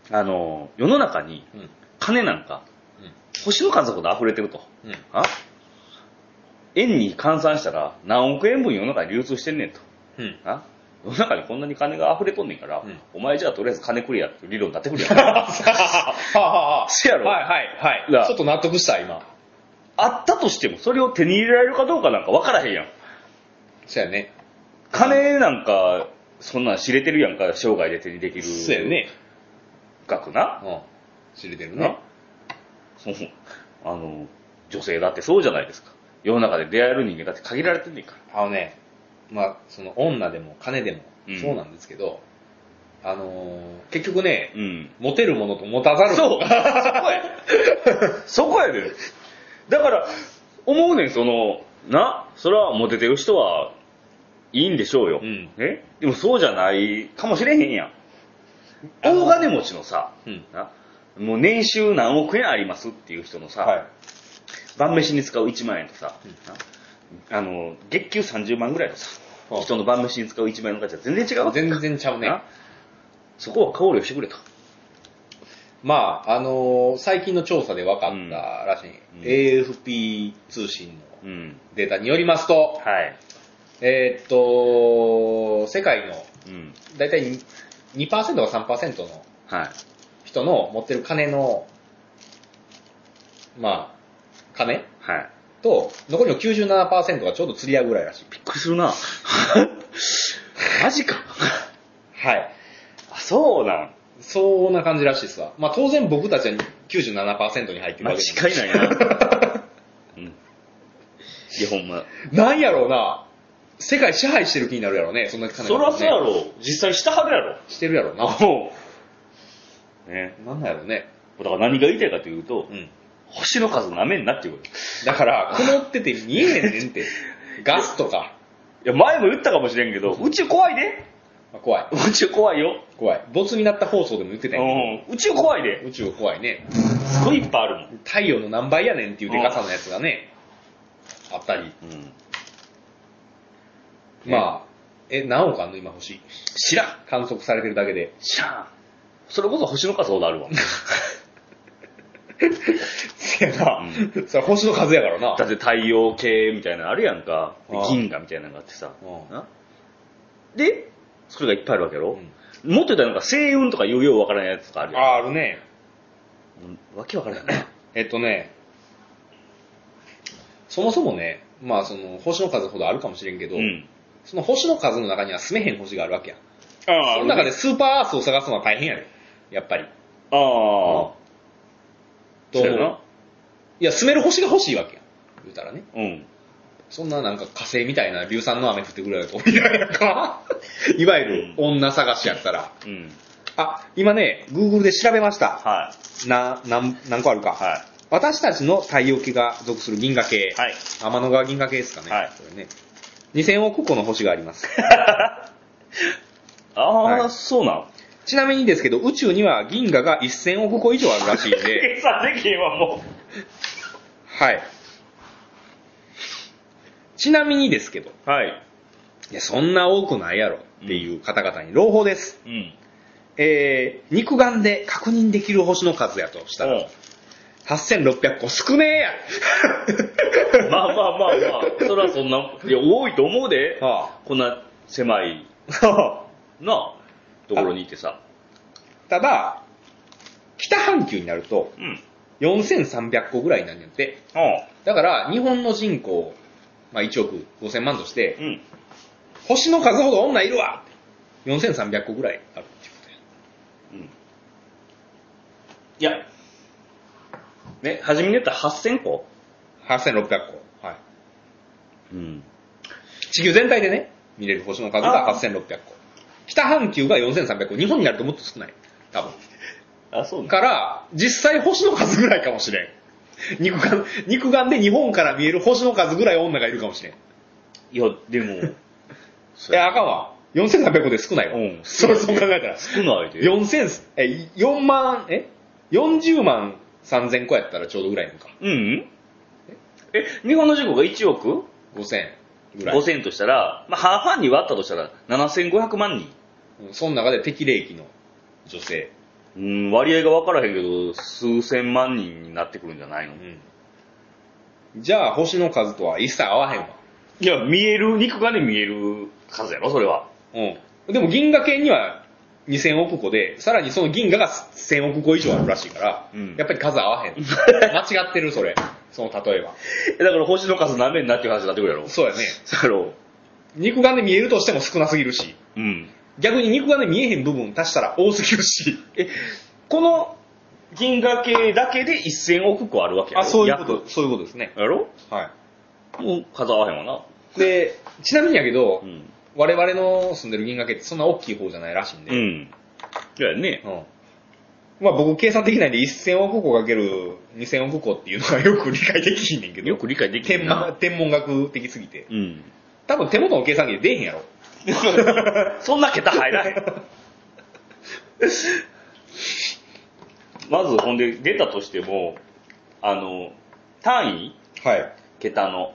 S2: さ、、あの、世の中に
S1: うん。
S2: 金なんか
S1: うん、
S2: 星の数ほど溢れてると。
S1: うん。
S2: あ円に換算したら何億円分世の中に流通してんねんと。
S1: うん。
S2: あ世の中にこんなに金が溢れとんねんから、
S1: うん
S2: お前じゃあとりあえず金くれやっていう理論になってく るやん。
S1: はあはあ
S2: せやろ、
S1: はいはいは。
S2: ない
S1: ちょっと納得した、今。
S2: あったとしてもそれを手に入れられるかどうかなんか分からへんやん。
S1: そうやね。
S2: 金なんか、そんなん知れてるやんか、生涯で手にでき
S1: そうや
S2: る
S1: ね。
S2: 額な。
S1: うん。知れてる
S2: な
S1: ね。
S2: そうあの、女性だってそうじゃないですか。世の中で出会える人間だって限られてんねんから。
S1: あのね、まあ、その女でも金でも
S2: うん
S1: そうなんですけど、あのー結局ね、
S2: うん。
S1: モテるものと持たざるもの
S2: そうそこやそこやで。だから、思うねん、その、な、それはモテてる人はいいんでしょうよ。
S1: うん
S2: えでもそうじゃないかもしれへんやん。大金持ちのさ、
S1: うん
S2: なもう年収何億円ありますっていう人のさ、
S1: はい。
S2: 晩飯に使う1万円とさ、
S1: うん
S2: なあの、月給30万ぐらいのさ、
S1: はあ
S2: 人の晩飯に使う1万円の価値は全然違うわけ
S1: 全然ちゃうね
S2: な。そこは考慮してくれと。
S1: まあ、あのー最近の調査で分かったらしい、
S2: うん
S1: AFP 通信の
S2: うん。
S1: データによりますと、
S2: はい。
S1: えーっと、世界の
S2: うん。
S1: 大体に2%か3%の
S2: はい。
S1: 人の持ってる金の、まあ、金
S2: はい。
S1: と、残りの97%がちょうど釣り合うぐらいらしい。
S2: びっくりする な。マジか。
S1: はい。
S2: あ、そうなん。
S1: そんな感じらしいですわ。まあ当然僕たちは97%に入ってる
S2: 間
S1: わ
S2: 違
S1: け
S2: いない な。うん。いや、ほんま。
S1: なんやろうな。世界支配してる気になるやろうね。そんな金
S2: そら
S1: ら
S2: そうやろ。実際したはるやろ。
S1: してるやろうな。
S2: もう。ね。
S1: なんなんやろうね。
S2: だから何が言いたいかというと
S1: う、ん。
S2: 星の数舐めんなっていうこと。
S1: だから、曇ってて見 えへんねんって。ガスとか。
S2: いや、前も言ったかもしれんけど、宇宙怖いで。
S1: うあ怖い。
S2: 宇宙怖いよ。
S1: 怖い。ボツになった放送でも言ってた
S2: う
S1: やんや
S2: ん。宇宙怖い
S1: け
S2: で。
S1: ど宇宙怖いね。
S2: すごいいっぱいあるもん。
S1: 太陽の何倍やねんっていうデカさのやつがね、あったり。
S2: うん。
S1: まあ、え、何億あんの今星。
S2: 知らん。
S1: 観測されてるだけ で。
S2: 知らん。それこそ星の数ほどあるわ。
S1: せやな。 それ星の数やからな
S2: だ。って太陽系みたいなのあるやんか。で
S1: ああ
S2: 銀河みたいなのがあってさ。
S1: うん
S2: なで、それがいっぱいあるわけや
S1: う
S2: ろ。
S1: ん
S2: もっと言ったらなんか星雲とかいうようわからないやつとかあるやん。
S1: あ、あるね。
S2: うんわけわからんない。
S1: えっとね、そもそもね、まあその星の数ほどあるかもしれんけど、
S2: うん。
S1: その星の数の中には住めへん星があるわけやん。
S2: あ
S1: その中でスーパーアースを探すのは大変やねやっぱり。
S2: ああ。
S1: と
S2: そう
S1: 思
S2: や
S1: う
S2: な。
S1: いや、住める星が欲しいわけやん。言うたらね。
S2: うん。
S1: そんななんか火星みたいな硫酸の雨降ってくるやつおいらんやん か。いわゆる女探しやったら。
S2: うん。
S1: あ、今ね、Google で調べました。
S2: は
S1: な、なん、何個あるか。
S2: い。は
S1: 私たちの太陽系が属する銀河系
S2: い。。はい。
S1: 天の川銀河系ですかね。
S2: はい
S1: これね。2000億個の星があり ます。
S2: ああ、
S1: はい
S2: そうなん。
S1: ちなみにですけど、宇宙には銀河が1000億個以上あるらしいん で、
S2: 計算できへんわ、も
S1: はい。ちなみにですけど、
S2: う。はい。
S1: いや、そんな多くないやろっていう方々に朗報です。
S2: うん。
S1: えー、肉眼で確認できる星の数やとしたら、8600個少ねえや
S2: うんまあまあまあまあ、 そらそんな、いや、多いと思うで。
S1: あ
S2: こんな狭い
S1: あ
S2: な、ところにいてさ。
S1: ただ、北半球になると
S2: うん。
S1: 4300個ぐらいになるんやって。だから、日本の人口、まあ、1億5000万として
S2: う、ん。
S1: 星の数ほど女いるわ !4300 個ぐらいあるっていうことや。
S2: うん。いや、ね、初めに言ったら8000個。
S1: 8600個。はい。
S2: うん。
S1: 地球全体でね、見れる星の数が
S2: あー
S1: 8600個。北半球が4300個。日本になるともっと少ない。多分。
S2: あ、そうね。
S1: から、実際星の数ぐらいかもしれん。肉眼、肉眼で日本から見える星の数ぐらい女がいるかもしれん。い
S2: いや、で も、そ
S1: や、あかんわ。4300個で少ないわ。
S2: うん
S1: それ、そう考えたら。
S2: 少ないで。
S1: 4000、え、4万、え ?40 万3000個やったらちょうどぐらいなんか。
S2: うんえ、日本の人口が1億
S1: 5000ぐらい。
S2: 5000としたら、まあ、半々に割ったとしたら7500万人。
S1: うんその中で適齢期の女性。
S2: うん、割合が分からへんけど、数千万人になってくるんじゃないの
S1: うん。じゃあ、星の数とは一切合わへんわ。
S2: いや、見える、肉眼で見える数やろ、それは。
S1: うん。でも銀河系には2000億個で、さらにその銀河が1000億個以上あるらしいから、
S2: うん
S1: やっぱり数合 わへん。間違ってる、それ。その例えば。
S2: えだから星の数何名になっていう話になってくるやろ。
S1: そうやね。
S2: そうやろ。
S1: 肉眼で見えるとしても少なすぎるし、
S2: うん。
S1: 逆に肉眼で見えへん部分足したら多すぎるし。
S2: え、この銀河系だけで1000億個あるわけやろ。
S1: と、そういうことですね。
S2: 約。やろ
S1: は
S2: もう数合わへんわ
S1: い。で、ちなみにやけど、
S2: な。うん。
S1: 我々の住んでる銀河系ってそんな大きい方じゃないらしいんで、
S2: うん。いやね。
S1: うん。まあ僕計算できないんで1000億個かける2000億個っていうのはよく理解できひんねんけど。
S2: よく理解できて
S1: 天
S2: ん
S1: 文
S2: な。
S1: 天文学的すぎて。
S2: うん。
S1: 多分手元の計算機で出えへんやろ。
S2: そんな桁入らへん。 まず、ほんで、出たとしても、あの、単位
S1: はい。
S2: 桁の、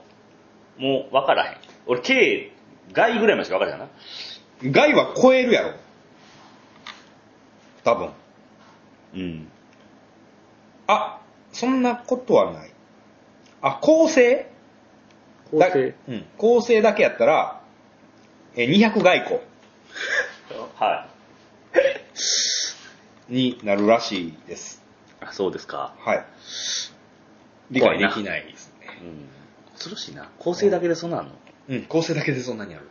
S2: もう分からへん。俺、K、外ぐらいまでしか分からへんな。
S1: 外は超えるやろ。多分。
S2: うん。
S1: あ、そんなことはない。あ、構成だうん。構成だけやったら、えー200外個
S2: は
S1: になるらしいです。
S2: い。あ、そうですか。
S1: はい。理
S2: 怖
S1: 解
S2: い
S1: で
S2: な
S1: きないですね。
S2: うん。恐ろしいな。構成だけでそんなんの。
S1: うん、構成だけでそんなにある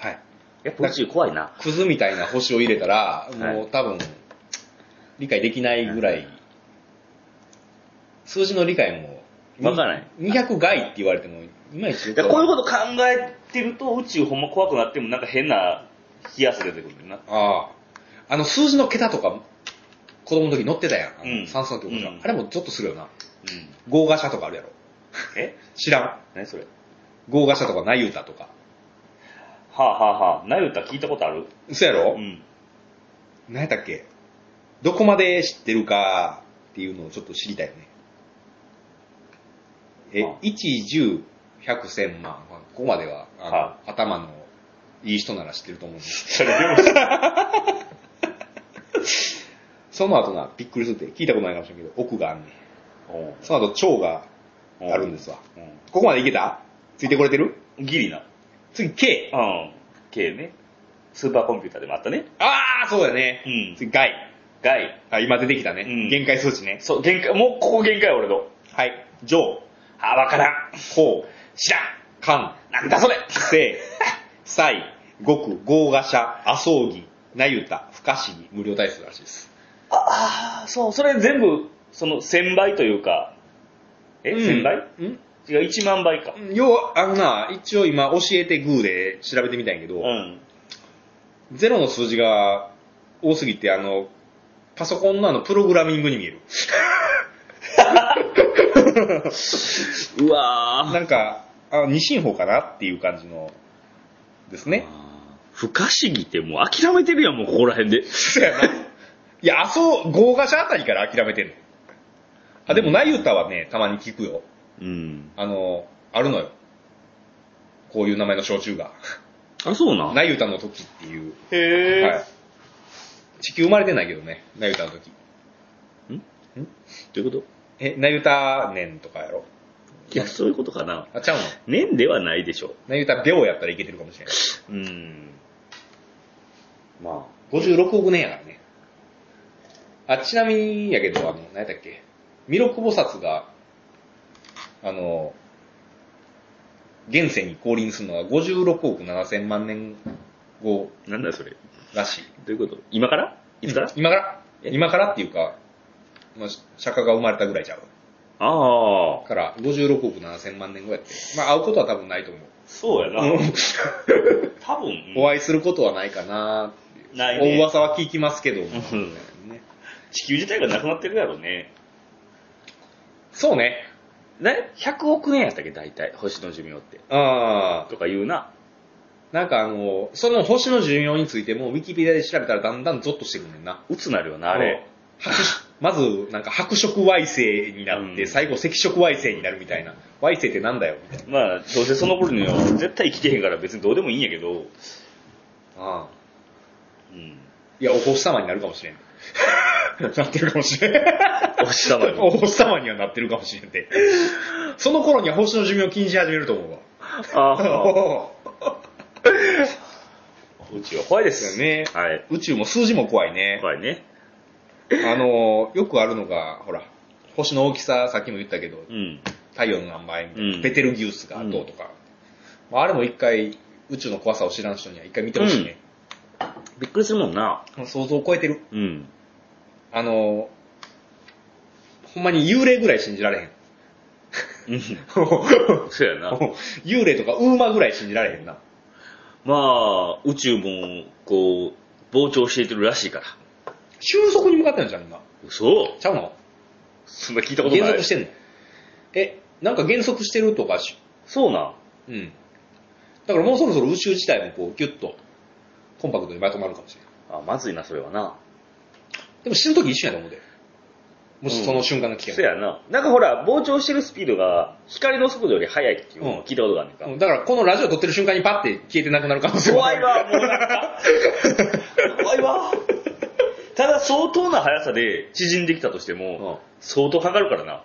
S2: あ。
S1: はい。
S2: やっぱ宇宙怖いな。
S1: クズみたいな星を入れたら、
S2: は
S1: もう
S2: い
S1: 多分、理解できないぐらい、数字の理解も、
S2: わからない
S1: 200外って言われても、いまいちよ
S2: い
S1: く
S2: や
S1: わ
S2: こう
S1: か
S2: い
S1: ん
S2: う
S1: ない
S2: こと考えてると、宇宙ほんま怖くなっても、なんか変な冷や汗出てくるん だよな。
S1: ああ。あの、数字の桁とか、子供の時乗ってたやん。あの
S2: うん
S1: 算数の教科書
S2: うん
S1: あれもゾッとするよな。
S2: うん。
S1: 合画者とかあるやろ。
S2: え
S1: 知らん。
S2: 何それ
S1: 合画者とかナユータとか。
S2: はあはあはあ。なゆた聞いたことある
S1: 嘘やろ、
S2: うん。
S1: 何やったっけどこまで知ってるかっていうのをちょっと知りたいよね。え、
S2: あ
S1: 1、10、100、1000万。まあここまでは、あの
S2: は
S1: 頭のいい人なら知ってると思うんです。
S2: それでも知らん、
S1: その後な、びっくりするって聞いたことないかもしれんけど、奥があんねん。
S2: お
S1: その後、蝶が
S2: う
S1: あるんですわ。
S2: う
S1: ここまでいけたついてこれてる
S2: ん。ギリな。
S1: 次、K。
S2: うん。K ね。スーパーコンピューターでもあったね。
S1: あー、そうだね。
S2: ん
S1: 次、ガイ。
S2: ガイ。
S1: あ、今出てきたね。
S2: うん
S1: 限界数値ね。
S2: そう、限界、もうここ限界俺の。
S1: はい。ジョー、
S2: あ、わからん。
S1: コ
S2: 知らん。
S1: ウ、カン、
S2: なんだそれ。
S1: セイ、サイ、ゴク、ゴーガシャ、アソウギ、ナユタ、フカシギ、無料体数らしいです。
S2: ああ、そう、それ全部、その、1000倍というか、え、
S1: うん
S2: 1000倍
S1: うん
S2: 違う、1万倍か。
S1: 要は、あのな、一応今、教えてグーで調べてみたんやけど、
S2: うん。
S1: ゼロの数字が多すぎて、あの、パソコンのあの、プログラミングに見える。
S2: うわ
S1: なんか、あ二進法かなっていう感じの、ですね。
S2: 不可思議ってもう諦めてるやん、もうここら辺で。
S1: そうやな。いや、あそう、豪華者あたりから諦めてんの。あ、でも、ナユタはね、たまに聞くよ。
S2: うん。
S1: あの、あるのよ。こういう名前の焼酎が。
S2: あ、そうな。
S1: ナユタの時っていう。
S2: へえ。
S1: はい。地球生まれてないけどね、ナユタの時。
S2: どういうこと
S1: え、ナユタ年とかやろ
S2: いや、そういうことかな。
S1: あ、ちゃうの
S2: 年ではないでしょ
S1: ナユタ秒やったらいけてるかもしれない。
S2: う。ん。まあ。
S1: 56億年やからね。あ、ちなみにやけど、あの、何やったっけ。弥勒菩薩が、あの、現世に降臨するのは56億7千万年後
S2: なんだよそれ。ど
S1: らしい。
S2: ういうこと今からいつから、
S1: 今から
S2: え
S1: 今からっていうか、まあ、釈迦が生まれたぐらいちゃう。
S2: ああ。
S1: から、56億7千万年後やって。まあ、会うことは多分ないと思う。
S2: そうやな。多分。
S1: お会いすることはないかなっていう
S2: ない
S1: お
S2: ね
S1: 噂は聞きますけど、
S2: ん
S1: ね
S2: 地球自体がなくなってるやろね。
S1: そうね。
S2: ね ?100 億年やったっけ大体。星の寿命って。
S1: ああ。
S2: とか言うな。
S1: なんかあの、その星の寿命についても、ウィキペディアで調べたらだんだんゾッとしてくんねんな。
S2: 鬱なるよな、あれ。
S1: 白。まず、なんか白色矮星になって、
S2: うん
S1: 最後赤色矮星になるみたいな。矮星ってなんだよみたいな。
S2: まあ、どうせその頃には絶対生きてへんから別にどうでもいいんやけど。
S1: ああ
S2: うん。
S1: いや、お星様になるかもし れん。なってるかもしれん。
S2: お星様に。
S1: お星様にはなってるかもしれんて。その頃には星の寿命を禁止始めると思うわ。
S2: ああ。宇宙は怖いで
S1: です
S2: す。
S1: よね
S2: はい。
S1: 宇宙も数字も怖いね。
S2: 怖いね。
S1: あのー、よくあるのが、ほら、星の大きさ、さっきも言ったけど、
S2: うん。
S1: 太陽の何倍みたいな、
S2: うん
S1: ベテルギウスがどうとか。まあ、あれも一回、宇宙の怖さを知らん人には一回見てほしいね。
S2: びっくりするもんな。
S1: 想像を超えてる。
S2: うん。
S1: あのー、ほんまに幽霊ぐらい信じら れへん。
S2: うん。そうやな。
S1: 幽霊とかウーマぐらい信じられへんな。
S2: まあ、宇宙も、こう、膨張していってるらしいから。
S1: 収束に向かってんじゃん、今。
S2: 嘘
S1: ちゃうの
S2: そんな聞いたこと
S1: 減
S2: ない
S1: 速し。てんのえ、なんか減速してるとかし、
S2: そうな。
S1: うん。だからもうそろそろ宇宙自体もこう、ギュッと、コンパクトにまとまるかもしれない。
S2: あ、まずいな、それはな。
S1: でも死ぬ時一緒やと思うで。もしその瞬間が来て
S2: そ
S1: も。
S2: やな。なんかほら、膨張してるスピードが、光の速度より速いっていうのを聞いたことがあるねんか。
S1: うんだからこのラジオ撮ってる瞬間にパッて消えてなくなる可能性もあ
S2: 怖
S1: る
S2: い。わ、もうなんか。怖いわ。ただ、相当な速さで縮んできたとしても、相当かかるからな。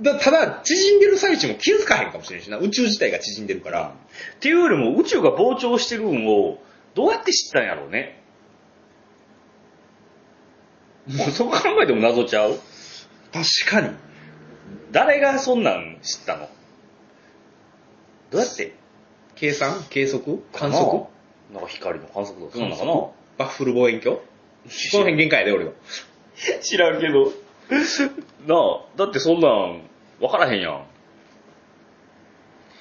S1: だただ、縮んでる最中も気づかへんかもしれんしな。宇宙自体が縮んでるから。
S2: っていうよりも、宇宙が膨張してる分を、どうやって知ったんやろうね。もうそこ考えても謎ちゃう
S1: 確かに。
S2: 誰がそんなん知ったのどうやって
S1: 計算計測観
S2: な
S1: 測
S2: あなんか光の観測とか、そんなのか
S1: 観測バッフル望遠鏡この辺
S2: な
S1: 限界やで、俺は。
S2: 知らんけど。なあ、だってそんなん、わからへんやん。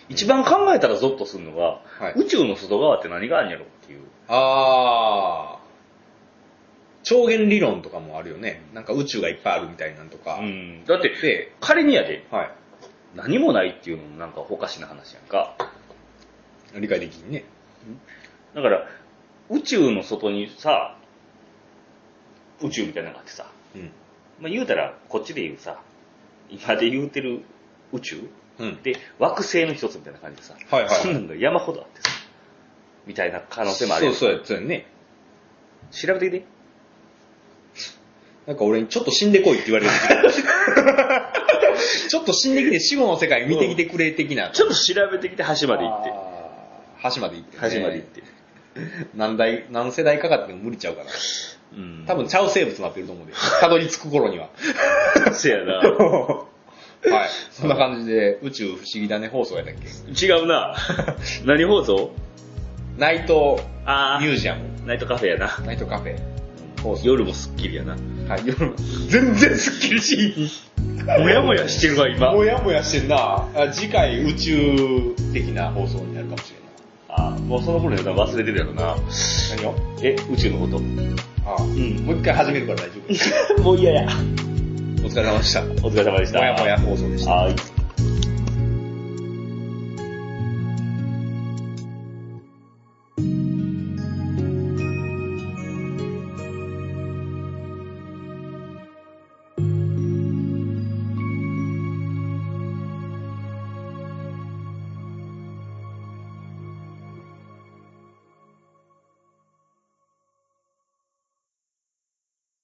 S2: 一番考えたらゾッとするのが、
S1: はい
S2: 宇宙の外側って何があるんやろっていう。
S1: あー。超弦理論とかもあるよね。なんか宇宙がいっぱいあるみたいなんとか。
S2: うん。だって、
S1: で、
S2: 仮にやで、
S1: はい。
S2: 何もないっていうのもなんかおかしな話やんか。
S1: 理解できんね。
S2: だから、宇宙の外にさ、宇宙みたいなのがあってさ、
S1: うん。
S2: まあ、言うたら、こっちで言うさ、今で言うてる宇宙
S1: うん。
S2: で、惑星の一つみたいな感じでさ、
S1: はいはいはい
S2: そんなのが山ほどあってさ、みたいな可能性もある
S1: そ
S2: よ
S1: うそうや、そうやね。
S2: 調べてみて。
S1: なんか俺にちょっと死んでこいって言われ る時ちょっと死んできて死後の世界見てきてくれ的な。
S2: ちょっと調べてきて、端まで行って。
S1: あー端まで行って、ね。
S2: 端まで行って。
S1: 何代、何世代かかっても無理ちゃうから。
S2: うん
S1: 多分ちゃう生物になってると思うんで。たどり着く頃 には。
S2: 分、せやな。
S1: はい。そんな感じで、宇宙不思議だね放送やったっけ
S2: 違 うな。何放送
S1: ナイト
S2: あ
S1: ミュージアム、
S2: あ、ナイトカフェやな。
S1: ナイトカフェ。放送。
S2: 夜もスッキリやな。
S1: はい、夜。全然スッキリしい。
S2: もやもやしてるわ、今。
S1: もやもやしてんな。あ次回宇宙的な放送になるかもし
S2: ああ、もうその頃の忘れてるやろな。
S1: れない。何を
S2: え、宇宙のこと。
S1: ああ
S2: ん。
S1: もう一回始めるから大丈夫。
S2: もう嫌や。
S1: お疲れ様でした。も
S2: お疲れ様でした。
S1: やもや放送でした。
S2: はい。